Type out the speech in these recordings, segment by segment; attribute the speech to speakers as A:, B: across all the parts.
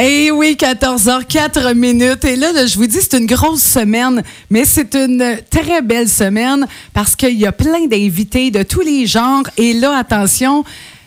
A: Eh oui, 14h04 minutes. Et là, là, je vous dis, c'est une grosse semaine, mais c'est une très belle semaine parce qu'il y a plein d'invités de tous les genres. Et là, attention,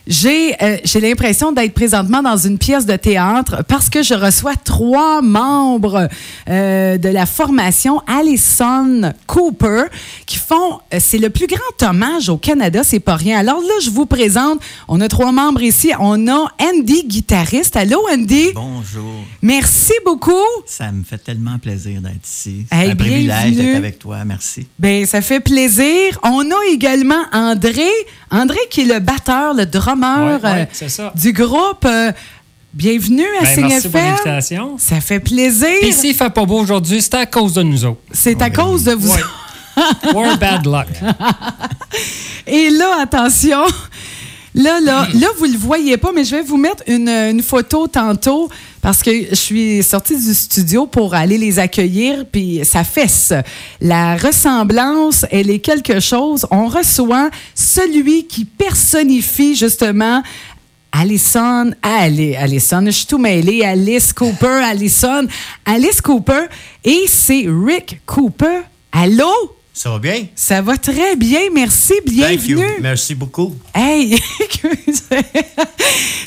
A: j'ai euh, j'ai l'impression d'être présentement dans une pièce de théâtre parce que je reçois trois membres euh, de la formation Allison Cooper qui font, euh, c'est le plus grand hommage au Canada, c'est pas rien. Alors là, je vous présente, on a trois membres ici. On a Andy, guitariste. Allô, Andy?
B: Bonjour.
A: Merci beaucoup.
B: Ça me fait tellement plaisir d'être ici. C'est
A: Hey,
B: un privilège
A: bienvenue.
B: d'être avec toi. Merci.
A: Ben, ça fait plaisir. On a également André. André qui est le batteur, le drummer
C: Ouais, ouais,
A: euh,
C: c'est ça.
A: du groupe. Euh, bienvenue à
C: Ben,
A: Signe
C: merci pour
A: FM.
C: l'invitation.
A: Ça fait plaisir.
C: Puis s'il fait pas beau aujourd'hui, c'est à cause de nous autres.
A: C'est à cause de vous.
C: Ouais. We're bad luck.
A: Et là, attention. Là, là, là, vous le voyez pas, mais je vais vous mettre une, une photo tantôt parce que je suis sortie du studio pour aller les accueillir, puis ça fesse. La ressemblance, elle est quelque chose. On reçoit celui qui personnifie justement Alison, allez, Alison, je suis tout mêlée. Alice Cooper, Alison, Alice Cooper, et c'est Rick Cooper. Allô?
D: Ça va bien?
A: Ça va très bien, merci, bienvenue.
D: Merci beaucoup.
A: Hey,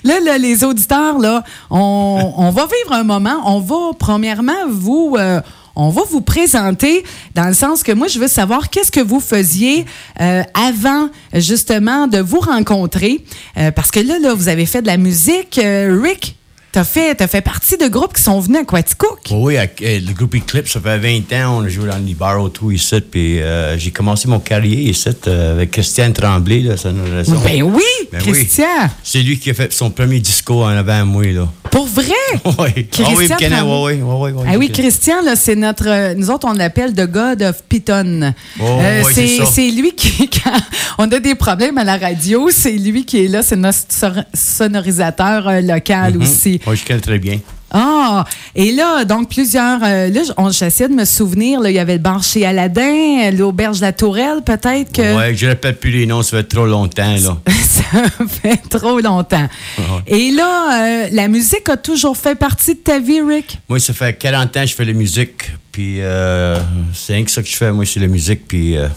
A: là, là, les auditeurs, là, on, on va vivre un moment. On va, premièrement, vous, euh, on va vous présenter dans le sens que moi, je veux savoir qu'est-ce que vous faisiez euh, avant, justement, de vous rencontrer. Euh, parce que là, là, vous avez fait de la musique. Euh, Rick, t'as fait, t'as fait partie de groupes qui sont venus à Quaticook.
D: Oui, à- euh, le groupe Eclipse, ça fait 20 ans, on a joué dans les bars autour ici, puis euh, j'ai commencé mon carrière ici euh, avec Christian Tremblay, là, ça nous raison.
A: Ben oui,
D: Ben oui.
A: Christian.
D: C'est lui qui a fait son premier disco en avant moi, là.
A: Pour vrai?
D: Oui. Ah oui,
A: Christian
D: Ken-
A: Tremblay.
D: oui, oui, oui, oui, oui,
A: Ah oui,
D: ok.
A: Christian, là, c'est notre. euh, nous autres, on l'appelle The God of Python.
D: Oh, ouais, c'est ça.
A: c'est lui qui, quand on a des problèmes à la radio, c'est lui qui est là, c'est notre son- sonorisateur euh,
D: Mm-hmm.
A: local aussi.
D: Oui, je connais très bien.
A: Ah, et là, donc plusieurs. euh, là, j- on- j'essaie de me souvenir, là, il y avait le bar chez Aladdin, euh, l'auberge La Tourelle, peut-être que.
D: Oui, je répète plus les noms, ça fait trop longtemps, là.
A: Ça fait trop longtemps.
D: Ah
A: Et là, euh, la musique a toujours fait partie de ta vie, Rick?
D: Moi, ça fait 40 ans que je fais la musique, puis euh, c'est rien que ça que je fais, moi, c'est la musique, puis euh,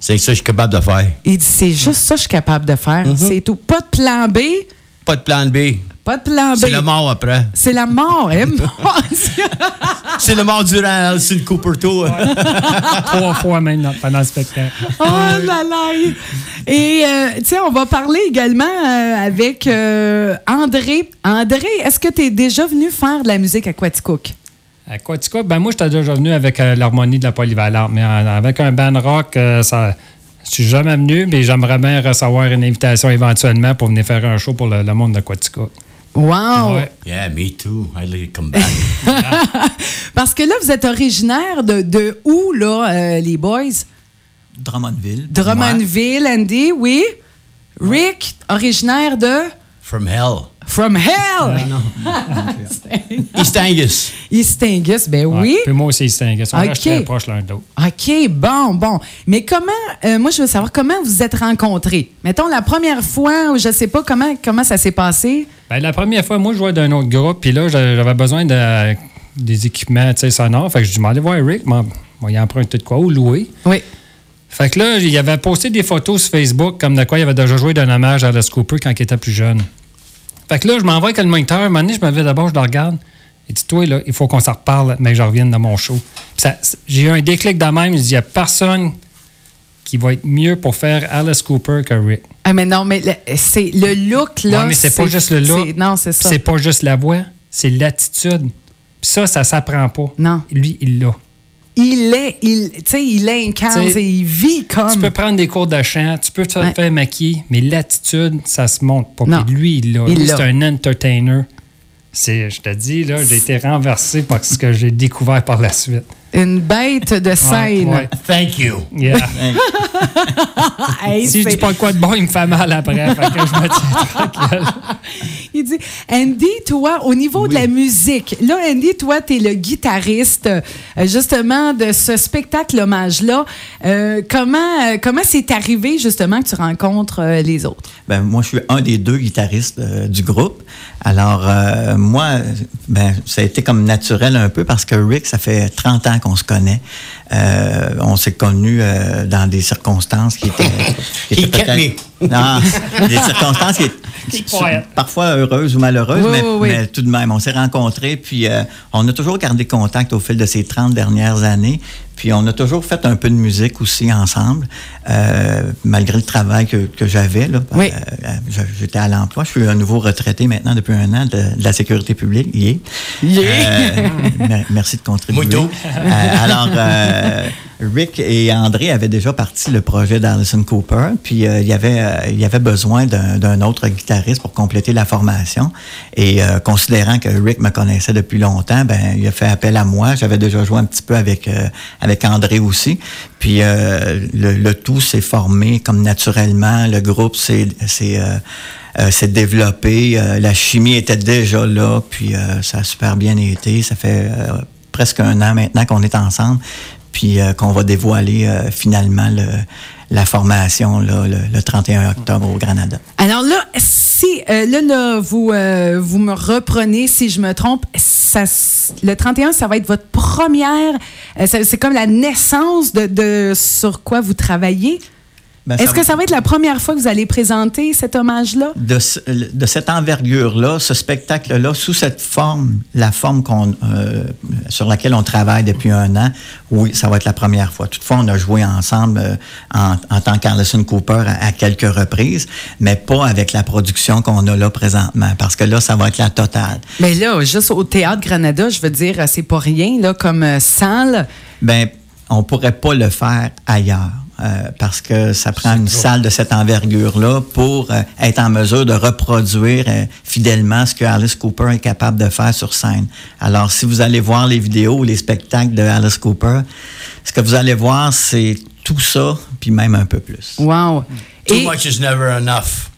D: c'est rien que ça que je suis capable de faire.
A: Il dit, c'est juste ça que je suis capable de faire. C'est tout. Pas de plan B,
D: Pas de plan B.
A: pas de plan B.
D: C'est le mort après.
A: C'est la mort, hein? mon Dieu.
D: C'est le mort durant c'est une Cooper Tour.
C: Trois fois même dans- pendant le spectacle.
A: oh là là! Et, euh, tu sais, on va parler également euh, avec euh, André. André, est-ce que tu es déjà venu faire de la musique à Quaticook?
C: À Quatico, ben moi, j'étais déjà venu avec euh, l'harmonie de la polyvalente, mais en- avec un band rock, euh, ça. Je suis jamais venu, mais j'aimerais bien recevoir une invitation éventuellement pour venir faire un show pour le, le monde de Quatico.
A: Wow!
C: Ouais.
D: Yeah, me too. I'll come back.
A: Parce que là, vous êtes originaire de, de où, là, euh, les boys?
B: Drummondville. pour moi.
A: Drummondville, Andy, oui. Rick, originaire de
D: From hell.
A: From Hell!
D: East Angus.
A: East Angus, ben
C: Ouais.
A: oui.
C: Puis moi aussi, c'est un gars. On
A: Ok.
C: reste très proches l'un de l'autre.
A: OK, bon, bon. Mais comment, euh, moi, je veux savoir comment vous vous êtes rencontrés. Mettons, la première fois, ou je sais pas comment, comment ça s'est passé.
C: Ben, la première fois, moi, je jouais d'un autre groupe, puis là, j'a- j'avais besoin de, des équipements tu sais, sonores. Fait que je demandais voir Rick, m'en- m'en y emprunter de quoi ou louer.
A: Oui.
C: Fait que là, il avait posté des photos sur Facebook comme de quoi il avait déjà joué d'un hommage à Alice Cooper quand il était plus jeune. Fait que là, je m'envoie avec le moniteur. Un moment donné, je me vais d'abord, je le regarde. Il dit, toi, là, il faut qu'on s'en reparle, mais que je revienne dans mon show. Puis ça- c- J'ai eu un déclic de même. Je dis, il n'y a personne qui va être mieux pour faire Alice Cooper que Rick.
A: Ah, mais non, mais le- c'est le look, là.
C: Ouais, mais c'est pas juste le
A: c'est-
C: look.
A: Non, c'est ça.
C: C'est pas juste la voix, c'est l'attitude. Puis ça, ça s'apprend pas.
A: Non.
C: Lui, il l'a.
A: Il est, il, tu sais, il incarne,
C: Tu sais,
A: et il vit
C: Tu
A: comme.
C: peux prendre des cours de chant, tu peux te
A: Ouais.
C: faire maquiller, mais l'attitude, ça se montre pas.
A: Non.
C: Puis lui, il l'a.
A: Il
C: Lui,
A: l'a.
C: c'est un entertainer. C'est, je te dis, là, j'ai été renversé par ce que j'ai découvert par la suite.
A: Une bête de scène.
C: Ouais, ouais.
D: Thank you.
C: Yeah.
A: Ah, hey,
C: si je
A: c'est-
C: dis pas quoi de bon, il me fait mal après. Fait que je me tiens-
A: Il dit dit. Andy, toi, au niveau de la musique, là, Andy, toi, tu es le guitariste, euh, justement, de ce spectacle hommage-là. Euh, comment euh, comment c'est arrivé, justement, que tu rencontres euh, les autres?
B: Ben, moi, je suis un des deux guitaristes euh, du groupe. Alors, euh, moi, ben, ça a été comme naturel un peu parce que Rick, ça fait 30 ans qu'on se connaît. Euh, on s'est connus euh, dans des circonstances qui étaient. qui
D: He
B: étaient
D: kept
B: peut-être- Non, des circonstances qui
C: Keep
B: sont
C: quiet.
B: parfois heureuses ou malheureuses,
A: Oui,
B: mais,
A: oui, oui.
B: mais euh, tout de même, on s'est rencontrés, puis euh, on a toujours gardé contact au fil de ces 30 dernières années. Puis on a toujours fait un peu de musique aussi ensemble, euh, malgré le travail que, que j'avais. là.
A: Oui.
B: Euh, je- J'étais à l'emploi. Je suis un nouveau retraité maintenant depuis un an de, de la sécurité publique. Yeah. Euh, mer- merci de contribuer.
D: Muito.
B: Euh, alors, euh, Rick et André avaient déjà parti le projet d'Alison Cooper, puis euh, il, y avait, euh, il y avait besoin d'un d'un autre guitariste pour compléter la formation. Et euh, considérant que Rick me connaissait depuis longtemps, ben, il a fait appel à moi. J'avais déjà joué un petit peu avec, euh, avec André aussi. Puis euh, le, le tout s'est formé comme naturellement. Le groupe s'est s'est, euh, euh, s'est développé. Euh, la chimie était déjà là, puis euh, ça a super bien été. Ça fait... euh, presque un an maintenant qu'on est ensemble, puis euh, qu'on va dévoiler euh, finalement le- la formation là, le, le 31 octobre au Granada.
A: Alors là, si euh, là, là, vous euh, vous me reprenez si je me trompe, ça s- le 31 ça va être votre première euh, ça- c'est comme la naissance de, de sur quoi vous travaillez.
B: Ben,
A: Est-ce que
B: va-
A: ça va être la première fois que vous allez présenter cet hommage là
B: de, ce- de cette envergure-là, ce spectacle-là, sous cette forme, la forme qu'on, euh, sur laquelle on travaille depuis un an, oui, ça va être la première fois. Toutefois, on a joué ensemble euh, en, en tant qu'Anderson Cooper à, à quelques reprises, mais pas avec la production qu'on a là présentement, parce que là, ça va être la totale.
A: Mais là, juste au théâtre Granada, je veux dire, euh, c'est pas rien là comme euh, salle.
B: ben on pourrait pas le faire ailleurs. euh, parce que ça prend une salle de cette envergure-là pour euh, être en mesure de reproduire euh, fidèlement ce que Alice Cooper est capable de faire sur scène. Alors, si vous allez voir les vidéos ou les spectacles de Alice Cooper, ce que vous allez voir, c'est tout ça, puis même un peu plus.
A: Wow.
D: Too
A: Et-
D: much is never enough.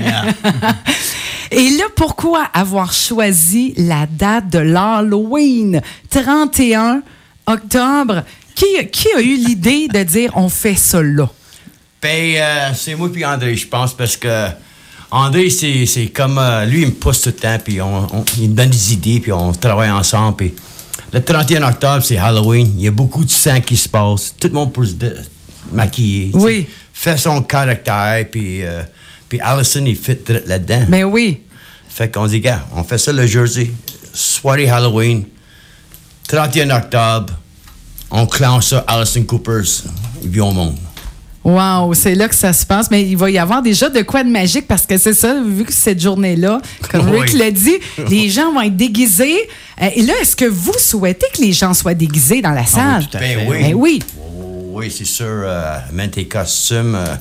B: Yeah.
A: Et là, pourquoi avoir choisi la date de l'Halloween, 31 octobre? Qui, qui a eu l'idée de dire on fait ça là?
D: Ben, euh, c'est moi puis André, je pense, parce que André, c'est c'est comme. euh, lui, il me pousse tout le temps, puis on, on- il me donne des idées, puis on travaille ensemble. Puis le 31 octobre, c'est Halloween. Il y a beaucoup de sang qui se passe. Tout le monde peut se dé- maquiller. tu sais.
A: Oui.
D: Fait son caractère, puis. euh, puis Allison, il fit direct là-dedans.
A: Ben oui.
D: Fait qu'on dit, gars, on fait ça le jeudi. Soirée Halloween, 31 octobre, on clenche ça, Allison Cooper's Vieux au monde.
A: Wow, c'est là que ça se passe. Mais il va y avoir déjà de quoi de magique parce que c'est ça, vu que cette journée-là, comme
D: Oui.
A: Rick l'a dit, les gens vont être déguisés. Euh, Et là, est-ce que vous souhaitez que les gens soient déguisés dans la salle?
B: tout à
D: Ben
B: fait.
D: oui.
A: Ben oui.
D: Oh, oui, c'est sûr. euh, mets tes costumes, euh,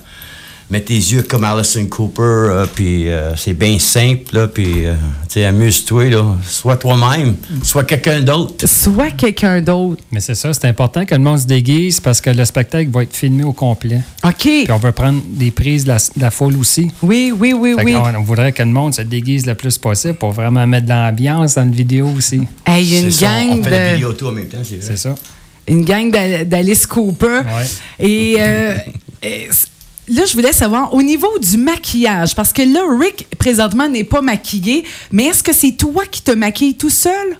D: mets tes yeux comme Alison Cooper, euh, puis euh, c'est bien simple, là, puis euh, tu sais, amuse-toi, là. Sois toi-même, sois quelqu'un d'autre.
A: Soit quelqu'un d'autre.
C: Mais c'est ça, c'est important que le monde se déguise parce que le spectacle va être filmé au complet.
A: OK.
C: Puis on va prendre des prises de la, de la foule aussi.
A: Oui, oui, oui,
C: Fait
A: oui.
C: qu'on- on, voudrait que le monde se déguise le plus possible pour vraiment mettre de l'ambiance dans une vidéo aussi.
A: Hey, une
D: C'est ça,
A: gang
D: on fait la
A: de.
D: vidéo tout en même temps, c'est vrai.
C: C'est ça.
A: une gang d'Al- d'Alice Cooper.
C: Ouais.
A: Et, euh, et s- là, je voulais savoir, au niveau du maquillage, parce que là, Rick, présentement, n'est pas maquillé, mais est-ce que c'est toi qui te maquilles tout seul?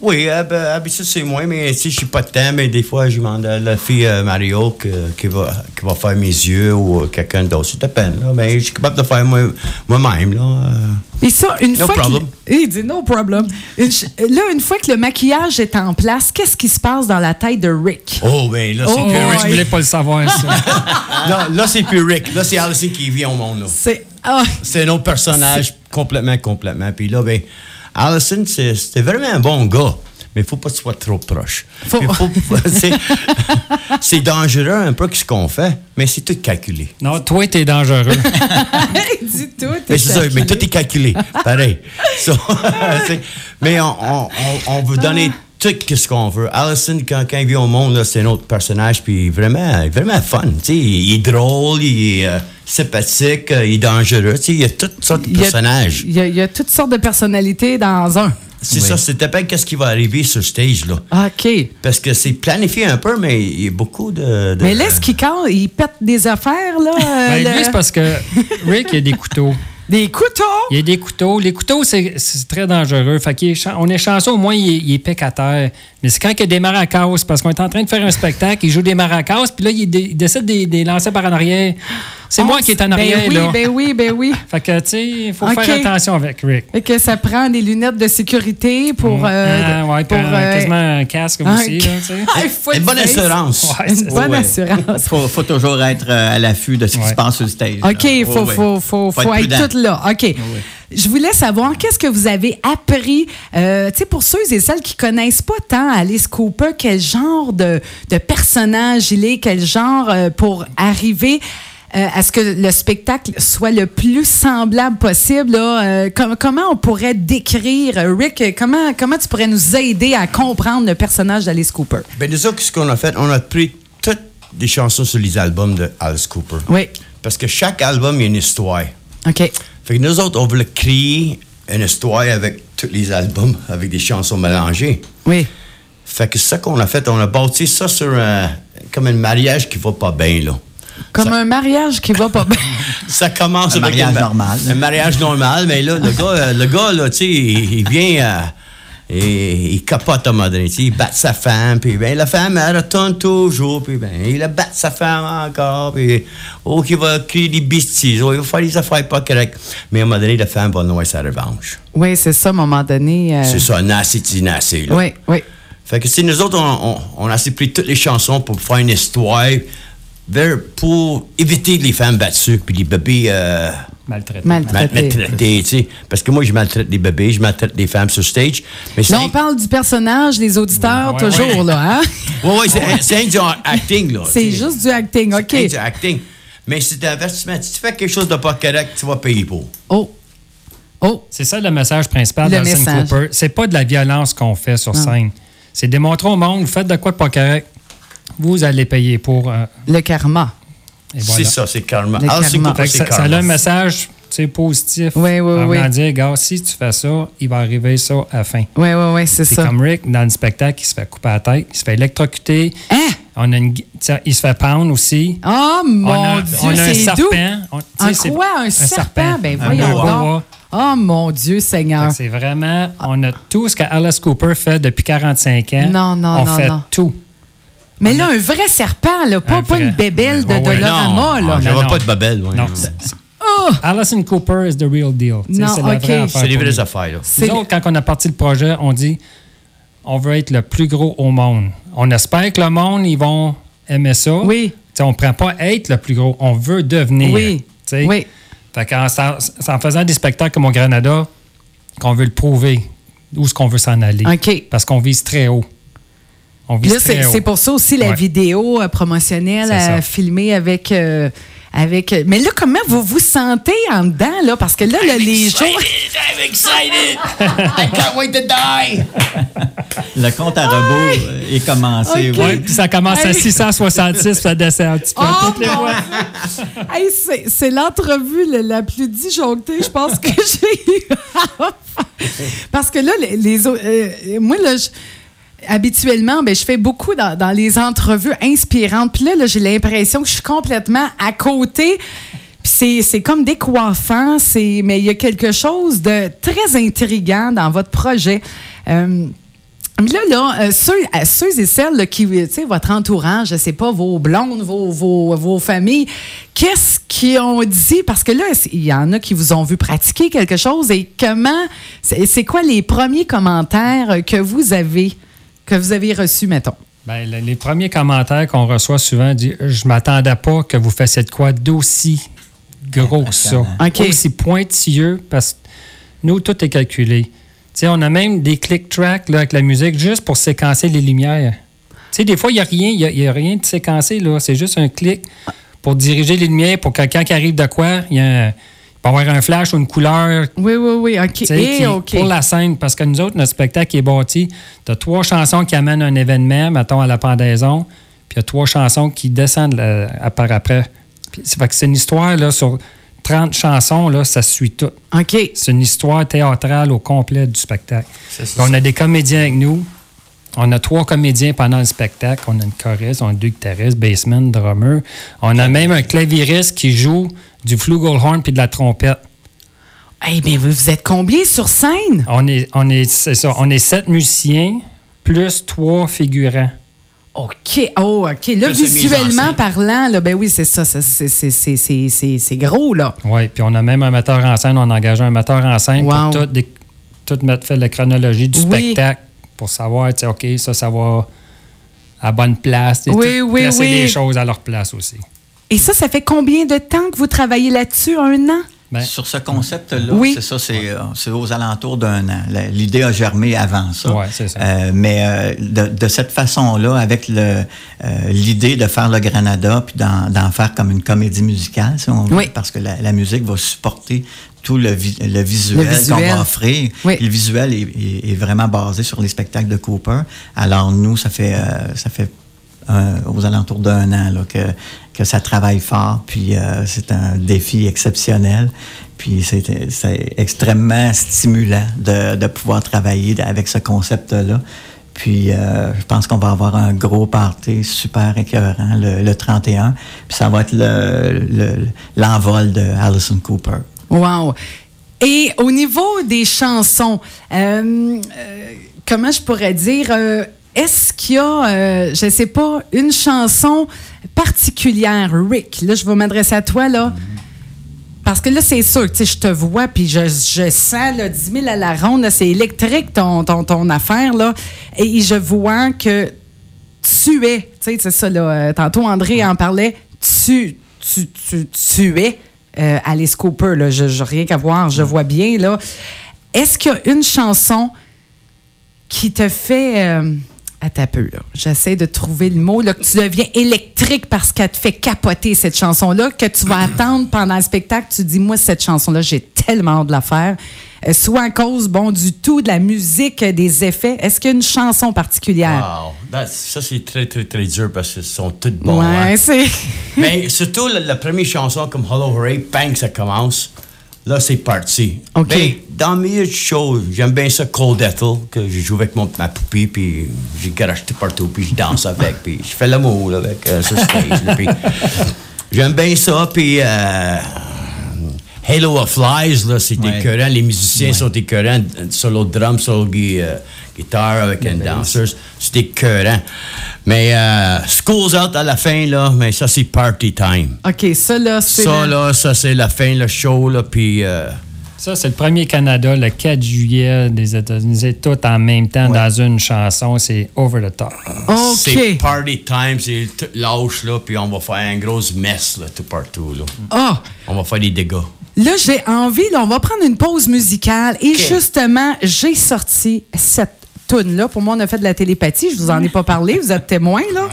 D: Oui, euh, ben, habitude, c'est moi, mais si je suis pas de temps, mais des fois, je demande à la fille euh, Mario que- qui, va, qui va faire mes yeux ou euh, quelqu'un d'autre. C'est à peine, là. Mais je suis capable de faire moi- moi-même, là. euh.
A: Et ça, une
D: No
A: fois
D: problem.
A: que... Il dit no problem. Une ch- là, une fois que le maquillage est en place, qu'est-ce qui se passe dans la tête de Rick?
D: Oh, ben, là, c'est
A: Oh,
D: plus
A: ouais.
C: Moi,
D: Rick.
C: je voulais pas le savoir, ça.
D: Là, Ah. là, c'est plus Rick. Là, c'est Allison qui vit au monde, là.
A: C'est... ah,
D: C'est un autre personnage complètement, complètement. Puis là, ben, Allison, c'est- c'était vraiment un bon gars, mais il faut pas que tu sois trop proche.
A: Faut-
D: Puis faut- c'est- c'est dangereux un peu ce qu'on fait, mais c'est tout calculé.
C: Non, toi, t'es dangereux.
A: il dit tout.
D: Mais
A: et
D: c'est
A: ça.
D: ça, mais tout est calculé, pareil. So, c'est- mais on, on- on- on veut donner tout ce qu'on veut. Allison, quand, quand il vient au monde, là, c'est un autre personnage, puis vraiment, vraiment fun. Tu sais, il est drôle, il est euh, sympathique, euh, il est dangereux. Tu sais, il y a toutes sortes de
A: Il y a-
D: personnages.
A: Il y, a, il y a toutes sortes de personnalités dans un.
D: C'est ça, c'était pas qu'est-ce qui va arriver sur stage, là.
A: OK.
D: Parce que c'est planifié un peu, mais il y a beaucoup de. de-
A: Mais là, ce qu'il quand il pète des affaires, là. euh,
C: Ben,
A: le-
C: lui, c'est parce que Rick, il a des couteaux.
A: Des couteaux.
C: Il y a des couteaux. Les couteaux, c'est c'est très dangereux. Fait qu'il est chan- on est chanceux, au moins, il, est- il est pique à terre. Mais c'est quand il y a des maracas, parce qu'on est en train de faire un spectacle, il joue des maracas, puis là, il, dé- il décide de les- de les lancer par en arrière. C'est
A: On
C: moi qui est en
A: s-
C: arrière,
A: ben oui,
C: là.
A: Ben oui, ben oui.
C: Fait que, tu sais, il faut
A: Ok.
C: faire attention avec Rick.
A: Fait que ça prend des lunettes de sécurité pour. euh,
C: Ah, ouais,
A: pour,
C: puis, euh,
A: euh,
C: quasiment un casque
A: un-
C: aussi, là, tu sais.
A: Ah, il faut
D: Une
A: le
D: bonne
A: faire.
D: assurance.
C: Ouais,
A: Une bonne
B: Ouais.
A: assurance.
B: Faut, faut toujours être euh, à l'affût de ce qui
C: Ouais.
B: se passe sur le stage. là.
A: OK, il faut,
B: Ouais, ouais.
A: faut, faut, faut être,
B: prudent.
A: tout là. OK. Je voulais savoir, qu'est-ce que vous avez appris? euh, tu sais, pour ceux et celles qui connaissent pas tant Alice Cooper, quel genre de, de personnage il est, quel genre euh, pour arriver euh, à ce que le spectacle soit le plus semblable possible. là, euh, com- comment on pourrait décrire, euh, Rick, euh, comment, comment tu pourrais nous aider à comprendre le personnage d'Alice Cooper?
D: Ben, déjà, ce qu'on a fait, on a pris toutes les chansons sur les albums de Alice Cooper.
A: Oui.
D: Parce que chaque album, il y a une histoire.
A: OK.
D: Fait que nous autres, on voulait créer une histoire avec tous les albums, avec des chansons mélangées.
A: Oui.
D: Fait que ça qu'on a fait, on a bâti ça sur un, comme un mariage qui va pas bien, là.
A: Comme
D: Ça-
A: un mariage qui va pas bien.
D: Ça commence
B: Un
D: avec
B: mariage
D: ma-
B: normal.
D: Un mariage normal, mais là, le gars, euh, le gars là, tu sais, il, il vient. euh, et il capote à un moment donné, tu sais, il bat sa femme, puis ben, la femme, elle retourne toujours, puis ben, il a bat sa femme encore, puis oh, qu'il va crier des bêtises, oh, il va faire des affaires pas correctes. Mais à un moment donné, la femme va nouer sa revanche.
A: oui, c'est ça, à un moment donné. euh,
D: C'est ça, nasty, c'est nasty, là.
A: Oui, oui.
D: Fait que si nous autres, on, on, on a pris toutes les chansons pour faire une histoire vers- pour éviter les femmes battues, puis les bébés euh,
C: Maltraité.
D: mal-
A: Maltraité.
D: maltraités, tu sais. Parce que moi, je maltraite les bébés, je maltraite les femmes sur stage. Mais c'est
A: Là, on parle du personnage, les auditeurs,
C: Ouais,
A: toujours,
C: ouais.
A: là. Hein?
D: Ouais, ouais, c'est- c'est du acting, là.
A: C'est
D: tu sais.
A: juste du acting, OK.
D: C'est du acting. Mais c'est un avertissement. Si tu fais quelque chose de pas correct, tu vas payer pour.
A: Oh. Oh.
C: C'est ça le message principal
A: Le
C: d'Alison
A: message.
C: Cooper. C'est pas de la violence qu'on fait sur scène. C'est démontrer au monde, vous faites de quoi de pas correct, vous allez payer pour. euh,
A: Le karma.
C: et voilà.
D: C'est ça, c'est karma.
A: Le
D: Alors, c'est
A: karma.
D: quoi,
C: Fait que
D: c'est
C: ça, ça
D: karma. Ah,
C: a un message tu sais, positif.
A: Oui, oui,
C: en
A: oui.
C: voulant dire, gars, si tu fais ça, il va arriver ça à la fin.
A: Oui, oui, oui, c'est
C: C'est
A: ça.
C: comme Rick dans le spectacle, il se fait couper la tête, il se fait électrocuter.
A: Hein?
C: On a une gui- tu sais, il se fait pendre aussi.
A: Oh,
C: on a,
A: mon
C: on a
A: Dieu,
C: un
A: c'est
C: serpent.
A: doux.
C: On- tu sais,
A: En
C: c'est
A: quoi un, serpent? Ben voyons
C: boa.
A: donc. Oh, mon Dieu,
C: Fait
A: Seigneur.
C: que C'est vraiment, on a tout ce que Alice Cooper fait depuis 45 ans.
A: Non, non,
C: on
A: non,
C: fait
A: non.
C: tout.
A: Mais là, un vrai serpent, là, pas,
C: Un
A: pas
C: vrai.
A: une bébelle de
C: Ouais, ouais,
A: Dolorama,
D: non,
A: là.
D: Ah, j'avais pas de babelle, ouais.
C: Non.
D: Non.
C: c'est- c'est- Alison Cooper is the real deal. Tu sais,
A: Non,
C: c'est la
A: ok.
C: vraie affaire
D: C'est les
C: pour
D: vraies
C: nous.
D: affaires, là.
A: C'est-
C: Nous autres, quand on a parti le projet, on dit on veut être le plus gros au monde. On espère que le monde, ils vont aimer ça.
A: Oui.
C: Tu sais, on ne prend pas être le plus gros, on veut devenir.
A: Oui.
C: Tu sais.
A: Oui.
C: Fait qu'en- c'est en, c'est en faisant des spectacles comme au Granada qu'on veut le prouver, où est-ce qu'on veut s'en aller.
A: OK.
C: Parce qu'on vise très haut. On vise
A: Là, c'est,
C: très haut.
A: c'est pour ça aussi la
C: Ouais.
A: vidéo euh, promotionnelle
C: C'est
A: à
C: ça.
A: filmer avec. euh, avec, euh, mais là, comment vous vous sentez en dedans, là? Parce que là, là, les jours.
D: I'm excited! I can't wait to die!
B: Le compte à rebours euh, est commencé.
A: Ok.
C: Ouais,
B: oui.
C: puis ça commence à
A: Hey.
C: 666, ça descend un petit peu.
A: Oh,
C: Toutes les
A: mon
C: fois.
A: Dieu! Hey, c'est, c'est l'entrevue la, la plus disjonctée, je pense, que j'ai eue. à faire. Parce que là, les, les au- euh, moi, là, je- habituellement, ben, je fais beaucoup dans, dans les entrevues inspirantes. Puis là, là, j'ai l'impression que je suis complètement à côté. Puis c'est, c'est comme décoiffant, c'est, mais il y a quelque chose de très intriguant dans votre projet. Euh, mais là, là euh, ceux, à ceux et celles là, qui, tu sais, votre entourage, je sais pas, vos blondes, vos, vos, vos familles, qu'est-ce qu'ils ont dit? Parce que là, c'est- il y en a qui vous ont vu pratiquer quelque chose et comment, c'est c'est quoi les premiers commentaires euh, que vous avez, que vous avez reçus, mettons?
C: Ben, le- les premiers commentaires qu'on reçoit souvent disent Je m'attendais pas que vous fassiez de quoi d'aussi gros que ça.
A: OK.
C: Aussi pointilleux, parce que nous, tout est calculé. Tu sais, on a même des click tracks là, avec la musique juste pour séquencer les lumières. Tu sais, des fois, il n'y a rien, il y a- il y a, rien de séquencé, là. C'est juste un clic pour diriger les lumières, pour que quand il arrive de quoi, il y a un- peut avoir un flash ou une couleur
A: Oui, oui, oui. OK.
C: tu sais,
A: Eh,
C: qui-
A: OK.
C: pour la scène. Parce que nous autres, notre spectacle est bâti. Tu as trois chansons qui amènent un événement, mettons à la pendaison, puis il y a trois chansons qui descendent là, à par après. Puis C'est fait que c'est une histoire là, sur 30 chansons, là, ça suit tout.
A: OK.
C: C'est une histoire théâtrale au complet du spectacle.
D: C'est ça.
C: Puis On a des comédiens avec nous. On a trois comédiens pendant le spectacle. On a une choriste, on a deux guitaristes, bassman, drummer. On a même un clavieriste qui joue du flugelhorn puis de la trompette.
A: Eh bien, vous, vous êtes combien sur scène?
C: On est, on est, c'est ça, on est sept musiciens plus trois figurants.
A: OK. Oh, OK. Là,
D: Plus une mise en
A: visuellement
D: scène.
A: parlant, là, ben oui, c'est ça. ça, c'est- c'est- c'est- C'est c'est- c'est gros, là.
C: Oui, puis on a même un metteur en scène. On a engagé un metteur en scène
A: Wow.
C: pour tout, dé- tout mettre, faire la chronologie du
A: Oui.
C: spectacle pour savoir, tu sais, OK, ça, ça va à bonne place. tu sais,
A: Oui,
C: tout-
A: oui,
C: placer
A: oui.
C: les choses à leur place aussi.
A: Et ça, ça fait combien de temps que vous travaillez là-dessus? Un an?
C: Ben,
B: Sur ce concept-là,
A: Oui.
B: c'est ça, c'est euh, c'est aux alentours d'un an. La- L'idée a germé avant ça.
C: Ouais, c'est ça.
B: Euh, mais euh, de, de cette façon-là, avec le, euh, l'idée de faire le Granada, puis d'en, d'en faire comme une comédie musicale, si on veut,
A: Oui.
B: parce que la, la musique va supporter tout le, vi- le visuel,
A: Le visuel.
B: qu'on va offrir.
A: Oui.
B: Puis Le visuel est, est- est vraiment basé sur les spectacles de Cooper. Alors nous, ça fait, euh, ça fait euh, aux alentours d'un an là, que, que ça travaille fort, puis euh, c'est un défi exceptionnel. Puis c'est c'est extrêmement stimulant de, de pouvoir travailler avec ce concept-là. Puis euh, je pense qu'on va avoir un gros party super écœurant le, le 31. Puis ça va être le- le- l'envol de Alison Cooper.
A: Wow. Et au niveau des chansons, euh, euh, comment je pourrais dire, euh, est-ce qu'il y a, euh, je ne sais pas, une chanson particulière, Rick? Là, je vais m'adresser à toi, là. Parce que là, c'est sûr, tu sais, je te vois, puis je, je sens là, 10 000 à la ronde, là, c'est électrique ton, ton, ton affaire, là. Et je vois que tu es, tu sais, c'est ça, là, euh, tantôt André en parlait, tu, tu, tu, tu es euh, Alice Cooper, là, je, je- rien qu'à voir, je vois bien, là. Est-ce qu'il y a une chanson qui te fait... euh, Attends un peu, là. J'essaie de trouver le mot, là, que tu deviens électrique parce qu'elle te fait capoter, cette chanson-là, que tu vas attendre pendant le spectacle. Tu dis, moi, cette chanson-là, j'ai tellement hâte de la faire. Euh, soit en cause, bon, du tout, de la musique, euh, des effets. Est-ce qu'il y a une chanson particulière?
D: Wow. That's- ça, c'est très, très, très dur parce qu'ils sont tous bons. hein.
A: ouais, c'est...
D: Mais surtout, la, la première chanson comme Hello Hooray, bang, ça commence. Là, c'est parti.
A: OK.
D: Mais dans mes milieu de show, j'aime bien ça, Cold Ethel, que je joue avec mon, ma poupée, puis j'ai garageté partout, puis je danse avec, puis je fais l'amour là, avec euh, ce stage. là, puis j'aime bien ça, puis euh, Halo of Flies, là, c'est
B: Ouais.
D: écœurant. Les musiciens sont écœurants, euh, solo drum, solo gui- euh, guitare avec
B: Ben
D: une danseuse. C'est écœurant. Mais euh, School's Out à la fin, là, mais ça, c'est party time.
A: OK, ça, là, c'est...
D: Ça,
A: le-
D: là, ça, c'est la fin, le show, là, puis... euh,
C: Ça, c'est le premier Canada, le 4 juillet des États-Unis, C'est tout en même temps dans une chanson, c'est over the top.
A: OK.
D: C'est party time, c'est tout lâche, là, puis on va faire une grosse messe, là, tout partout, là.
A: Ah!
D: On va faire des dégâts.
A: Là, j'ai envie, là, on va prendre une pause musicale. Et justement, j'ai sorti cette toune-là. Pour moi, on a fait de la télépathie. Je vous en ai pas parlé. Vous êtes témoins, là.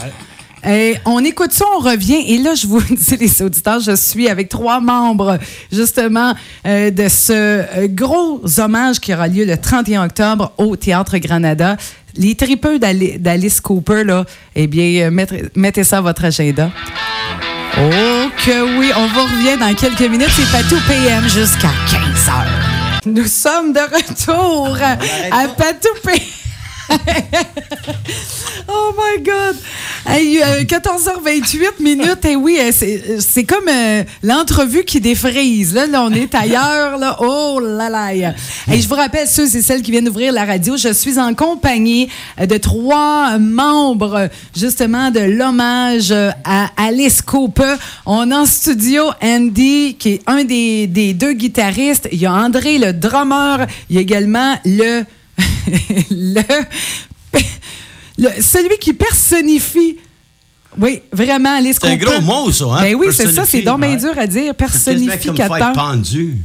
A: Et on écoute ça, on revient. Et là, je vous dis, les auditeurs, je suis avec trois membres, justement, euh, de ce euh, gros hommage qui aura lieu le 31 octobre au Théâtre Granada. Les tripeux d'Ali- d'Alice Cooper, là, eh bien, euh, mettre- mettez ça à votre agenda. Oh que oui, on vous revient dans quelques minutes. C'est Patou PM jusqu'à 15h. Nous sommes de retour à Patou PM. Oh my God! Hey, euh, 14h28 minutes, et oui, euh, c'est euh, c'est comme euh, l'entrevue qui défrise. Là, là, on est ailleurs. Là. Oh là là! Et je vous rappelle, ceux et celles qui viennent ouvrir la radio, je suis en compagnie euh, de trois euh, membres, euh, justement, de l'hommage euh, à Alice Cooper. On a en studio Andy, qui est un des, des deux guitaristes. Il y a André, le drummer. Il y a également le... le... Le- celui qui personnifie. Oui, vraiment, Alice
D: C'est un
A: Cooper.
D: gros mot, ça, hein?
A: Ben oui, c'est ça, c'est donc bien
D: ouais.
A: dur à dire.
D: C'est quasiment comme faire
A: Personnificateur.
D: pendu.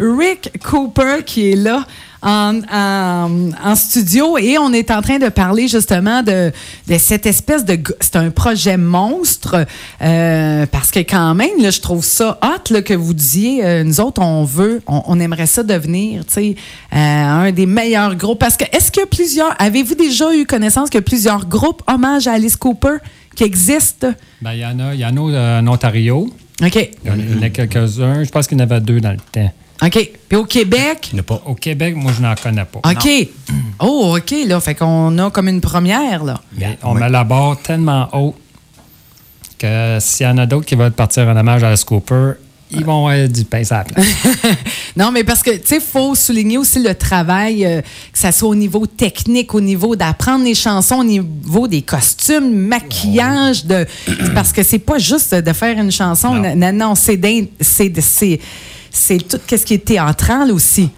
A: Rick Cooper qui est là. en, en- en studio et on est en train de parler justement de, de cette espèce de... g- C'est un projet monstre euh, parce que quand même, là, je trouve ça hot là, que vous disiez, euh, nous autres, on veut, on, on aimerait ça devenir, tu sais, euh, un des meilleurs groupes. Parce que est-ce que plusieurs... Avez-vous déjà eu connaissance que plusieurs groupes hommage à Alice Cooper qui existent?
C: Ben, il y en a, il y en a euh, en Ontario.
A: OK.
C: Il y en a- il y en a quelques-uns. Je pense qu'il y en avait deux dans le temps.
A: OK. Puis au Québec...
D: Il n'y en a pas.
C: Au Québec, moi, je n'en connais pas.
A: OK. Oh, OK, là. Fait qu'on a comme une première, là.
C: Mais on met la barre tellement haut que s'il y en a d'autres qui veulent partir en hommage à la Scooper, ils vont avoir du pain sur la planche.
A: non, mais parce que, tu sais, faut souligner aussi le travail, euh, que ça soit au niveau technique, au niveau d'apprendre les chansons, au niveau des costumes, maquillage, de, parce que c'est pas juste de faire une chanson. Non, non, non, c'est d'in- c'est de- c'est- c'est tout ce qui est théâtral aussi.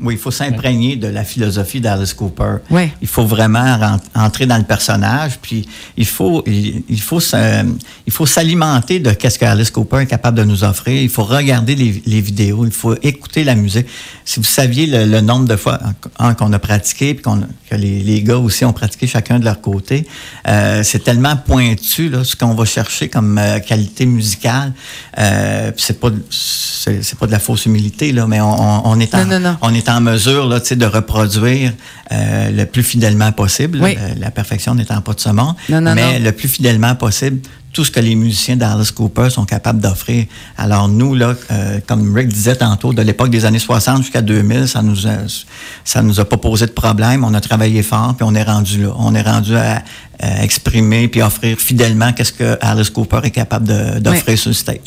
B: Oui, il faut s'imprégner de la philosophie d'Alice Cooper.
A: Ouais.
B: Il faut vraiment ren- entrer dans le personnage, puis il faut, il, il faut, se- il faut s'alimenter de qu'est-ce que Alice Cooper est capable de nous offrir. Il faut regarder les, les vidéos, il faut écouter la musique. Si vous saviez le, le nombre de fois en- en- qu'on a pratiqué, puis qu'on- que les, les gars aussi ont pratiqué chacun de leur côté, euh, c'est tellement pointu là, ce qu'on va chercher comme euh, qualité musicale. Euh, puis c'est pas, de- c'est c'est pas de la fausse humilité là, mais on, on- on est en,
A: Non, non, non.
B: on est en mesure là, tu sais, de reproduire euh, le plus fidèlement possible, là,
A: Oui.
B: euh, la perfection n'étant pas de ce monde,
A: Non, non,
B: mais
A: non.
B: le plus fidèlement possible tout ce que les musiciens d'Alice Cooper sont capables d'offrir. Alors nous, là, euh, comme Rick disait tantôt, de l'époque des années 60 jusqu'à 2000, ça nous a, ça nous a pas posé de problème. On a travaillé fort, puis on est rendu là. On est rendu à, euh, exprimer puis offrir fidèlement qu'est-ce que Alice Cooper est capable de- d'offrir
A: Oui.
B: sur le stage.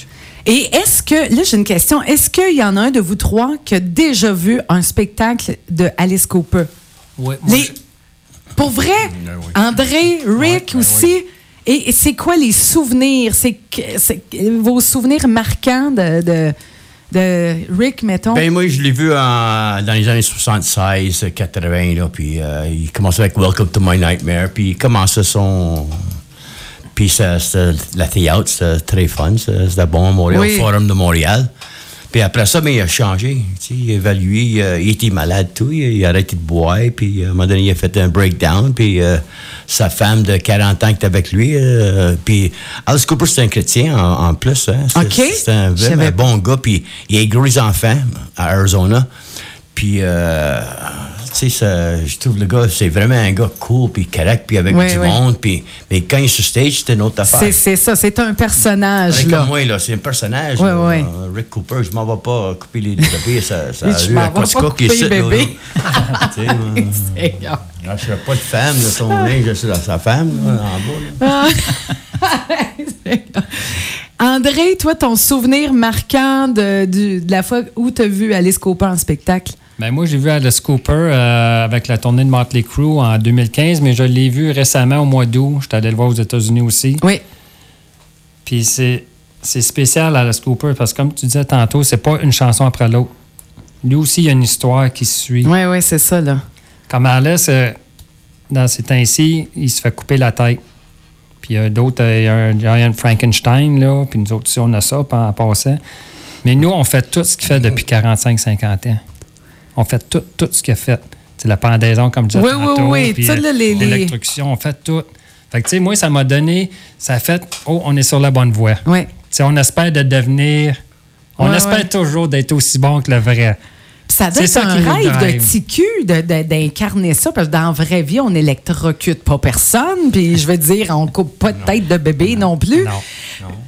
A: Et est-ce que, là, j'ai une question. Est-ce qu'il y en a un de vous trois qui a déjà vu un spectacle de Alice Cooper?
C: Ouais, moi,
A: Les-
C: je-
A: Pour vrai,
D: Ben oui.
A: André, Rick
C: ben
A: aussi. Et et c'est quoi les souvenirs? C'est que- c'est que- vos souvenirs marquants de, de, de Rick, mettons?
D: Ben, moi, je l'ai vu en- dans les années 76, 80, là, puis euh, il commençait avec Welcome to My Nightmare, puis il commençait son... Puis ça- ça- la théâtre, c'était très fun, ça, c'était bon, à Montréal,
A: Oui.
D: Forum de Montréal. Puis après ça, mais il a changé, tu sais, il a évalué, il, a- il était malade, tout, il, a- il a arrêté de boire, puis à un moment donné, il a fait un breakdown, puis euh, sa femme de 40 ans qui était avec lui, euh, puis Alice Cooper, c'est un chrétien en, en plus, hein, c'est-
A: OK.
D: c'est un
A: Je
D: vrai,
A: savais
D: mais bon gars, puis il a élevé les enfants à Arizona. Puis, euh, tu sais, ça, je trouve le gars, c'est vraiment un gars cool, puis correct, puis avec
A: Oui,
D: du
A: oui.
D: monde. Puis, mais quand il est sur stage, c'est une autre
A: c'est
D: affaire.
A: c'est ça, c'est un personnage.
D: C'est
A: Là.
D: comme moi, là, c'est un personnage.
A: Ouais,
D: là, euh,
A: ouais.
D: Rick Cooper, je m'en vais pas couper les, les bébés, ça, ça
A: Je m'en vais pas couper les bébés. Seigneur.
D: Ah, Je ne serais pas de femme, là, son linge, je suis là, sa femme, là, en bas. là.
A: André, toi, ton souvenir marquant de, du- de la fois où tu as vu Alice Cooper en spectacle?
C: Ben, moi, j'ai vu Alice Cooper euh, avec la tournée de Motley Crue en 2015, mais je l'ai vu récemment au mois d'août. J'étais allé le voir aux États-Unis aussi.
A: Oui.
C: Puis c'est, c'est spécial Alice Cooper parce que, comme tu disais tantôt, c'est pas une chanson après l'autre. Lui aussi, il y a une histoire qui se suit.
A: Oui, oui, c'est ça, là.
C: Comme Alice, euh, dans ces temps-ci, il se fait couper la tête. Puis il y a d'autres, euh, il y a un Giant Frankenstein, là, puis nous autres aussi, on a ça en en passant. Mais nous, on fait tout ce qu'il fait depuis 45-50 ans. On fait tout, tout ce qu'il a fait. C'est la pendaison, comme je disais
A: Oui, oui,
C: tantôt,
A: oui.
C: puis,
A: Ça, là,
C: euh,
A: les- les-
C: l'électrocution, on fait tout. Fait que, tu sais, moi, ça m'a donné, ça a fait, oh, on est sur la bonne voie.
A: Oui.
C: Tu sais, on espère de devenir, on
A: Ouais,
C: espère
A: ouais.
C: toujours d'être aussi bon que le vrai.
A: Puis ça doit
C: C'est
A: être
C: ça
A: un
C: qui nous
A: rêve de
C: drive.
A: petit cul de- de- d'incarner ça, parce que dans la vraie vie, on n'électrocute pas personne, puis je veux dire, on coupe pas de tête de bébé non, plus.
C: Non,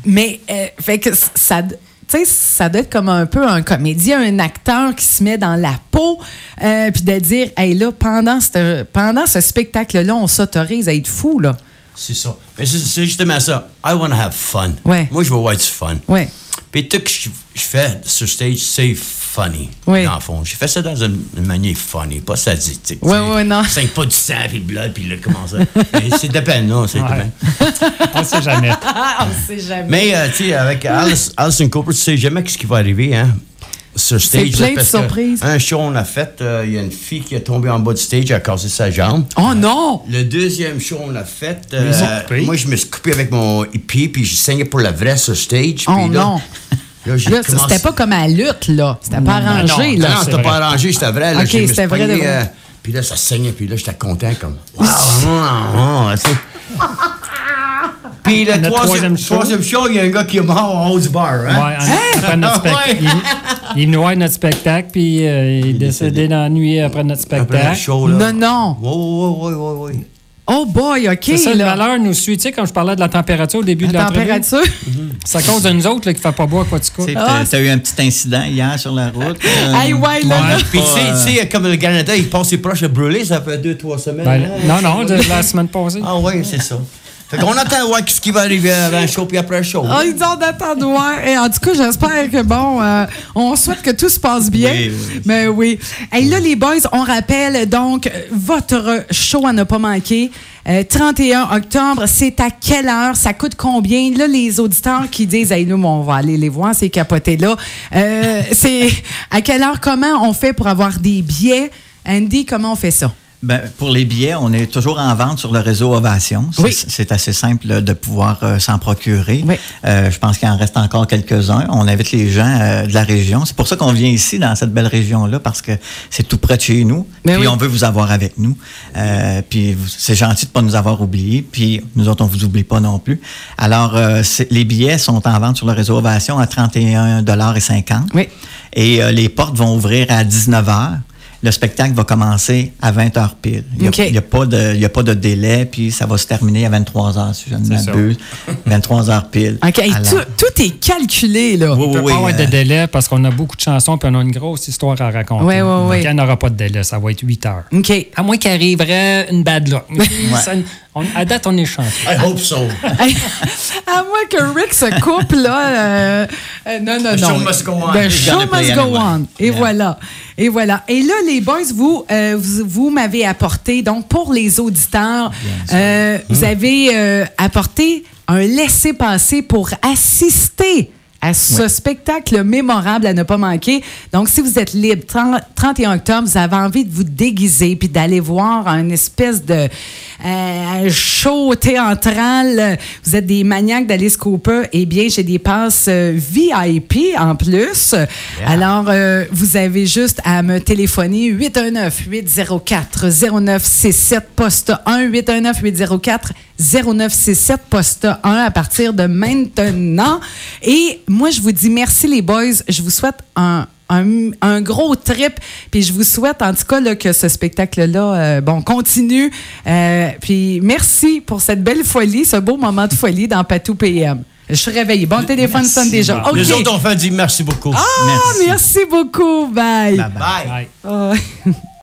A: Mais, euh, fait que c- ça... d- tu sais, ça doit être comme un peu un comédien, un acteur qui se met dans la peau, euh, puis de dire, hey là, pendant, ce- pendant ce spectacle-là, on s'autorise à être fou, là.
D: C'est ça. Mais c'est- c'est justement ça. I want to have fun.
A: Ouais.
D: Moi, je veux avoir du fun.
A: Ouais.
D: Puis tout ce que je, je fais sur stage, c'est funny.
A: Oui.
D: Dans le fond, j'ai fait ça dans une, une manière funny, pas sadique.
A: Ouais, ouais, non.
D: C'est pas du sang, puis le blood, puis le comment ça. Mais c'est de peine, non, c'est de
C: Ouais.
D: peine.
C: on sait jamais.
A: Ah, on sait jamais.
D: Mais, euh, tu sais, avec Alice, Alison Cooper, tu sais jamais ce qui va arriver, hein. Sur stage,
A: C'est plein
D: là,
A: de
D: parce que
A: surprises.
D: Un show, on a fait, euh, il y a une fille qui est tombée en bas du stage, elle a cassé sa jambe.
A: Oh non!
D: Le deuxième show, on l'a fait. euh,
C: Ils ont coupé.
D: moi, je me suis coupé avec mon hippie, puis je saignais pour la vraie sur stage.
A: Oh
D: puis là,
A: non!
D: Là, j'ai
A: Là,
D: commencé-
A: c'était pas comme à la lutte, là. C'était pas arrangé,
C: non,
A: là.
D: non,
C: c'est
D: t'as pas
C: vrai.
D: arrangé, c'était vrai. Là,
A: Ok,
D: je me suis
A: c'était vrai de
D: pogné,
A: vrai.
D: euh, puis là, ça saignait, puis là, j'étais content comme. Wow, wow, wow, tu sais. Puis le
C: Notre
D: troisième,
C: troisième show.
D: troisième show, il y a un gars qui est mort en haut du bar.
C: Ouais,
D: Hein?
C: en- après notre
D: Ouais.
C: spectacle. Il, il est venu voir notre spectacle, puis euh, il est décédé dans la nuit après notre
D: Après le
C: spectacle.
D: show, là.
A: Non, non.
D: Oui, oui, oui, oui,
A: Oh boy, OK,
C: C'est ça, le
A: là.
C: malheur nous suit. Tu sais, quand je parlais de la température au début de
A: La
C: l'entrevue,
A: température.
C: c'est à cause de nous autres là, qu'il ne fait pas boire quoi tu
B: Tu
C: coupes.
A: Ah,
B: as, eu un petit incident hier sur la route. euh,
A: Aïe, ouais, là,
C: Ouais.
A: là.
D: Puis tu sais-
B: euh,
D: tu sais, comme le Canada, il passe ses proches à brûler, ça fait deux, trois semaines.
C: Ben,
D: hein.
C: non, non, de la semaine passée.
D: Ah oui, c'est ça. Fait qu'on attend voir ce qui va arriver avant le show puis après le show.
A: Ah, ils ont d'attendre, ouais. Et en tout cas, j'espère que, bon, euh, on souhaite que tout se passe bien.
B: Oui, oui.
A: Mais oui. Hey, là, les boys, on rappelle donc euh, votre show à ne pas manquer. Euh, 31 octobre, c'est à quelle heure? Ça coûte combien? Là, les auditeurs qui disent, hey, nous, on va aller les voir, ces capotés-là. Euh, c'est à quelle heure? Comment on fait pour avoir des billets? Andy, comment on fait ça?
B: Ben, pour les billets, on est toujours en vente sur le réseau Ovation. C'est-
A: Oui.
B: C'est assez simple là, de pouvoir euh, s'en procurer.
A: Oui.
B: Euh, je pense qu'il en reste encore quelques-uns. On invite les gens euh, de la région. C'est pour ça qu'on vient ici, dans cette belle région-là, parce que c'est tout près de chez nous.
A: Ben
B: puis
A: oui.
B: on veut vous avoir avec nous. Euh, puis vous- c'est gentil de pas nous avoir oubliés. Puis nous autres, on vous oublie pas non plus. Alors, euh, c'est- les billets sont en vente sur le réseau Ovation à 31,50
A: Oui.
B: hein? et euh, les portes vont ouvrir à 19h. Le spectacle va commencer à 20h pile. Il n'y a,
A: OK.
B: il y a pas de- il y a pas de délai, puis ça va se terminer à 23h, si je ne
C: ça.
B: m'abuse. 23h pile.
A: OK, hey,
B: Alors-
A: tout, tout est calculé, là.
B: Oui,
C: Il
B: oui,
C: ne peut
B: oui,
C: pas avoir
B: euh,
C: de délai parce qu'on a beaucoup de chansons puis on a une grosse histoire à raconter.
A: Ouais, ouais,
C: Donc,
A: ouais.
C: il n'y en aura pas de délai, ça va être 8 heures.
A: OK.
C: À moins qu'arriverait une bad luck. Ça- on- à date, on est chanceux.
D: I hope so.
A: Hey, à moins que Rick se coupe, là. euh, euh, non, non,
D: The
A: non.
D: show must go on.
A: The
D: He's
A: show
B: gonna play
A: must go
B: anyway.
A: on. Et
B: Yeah.
A: voilà. Et voilà. Et là, les boys, vous, euh, vous, vous m'avez apporté, donc pour les auditeurs, euh, vous avez euh, apporté un laissez-passer pour assister à ce spectacle mémorable à ne pas manquer. Donc, si vous êtes libre, 30 31 octobre, vous avez envie de vous déguiser puis d'aller voir un espèce de euh, show théâtral, vous êtes des maniaques d'Alice Cooper, eh bien, j'ai des passes euh, VIP en plus. Alors, euh, vous avez juste à me téléphoner 819-804-0967, poste 1, 819-804-0967, poste 1 à partir de maintenant. Et moi, je vous dis merci les boys. Je vous souhaite un... un- un gros trip, puis je vous souhaite en tout cas là, que ce spectacle-là, euh, bon, continue. Euh, puis merci pour cette belle folie, ce beau moment de folie dans Patou PM. Je suis réveillée. Bon, le téléphone
B: Merci,
A: sonne déjà.
B: Barbara.
A: OK.
D: Les autres ont fait dire merci beaucoup.
A: Ah, merci Ah, beaucoup. Bye.
B: Bye-bye.
D: Bye.
C: Ouais.
A: Oh.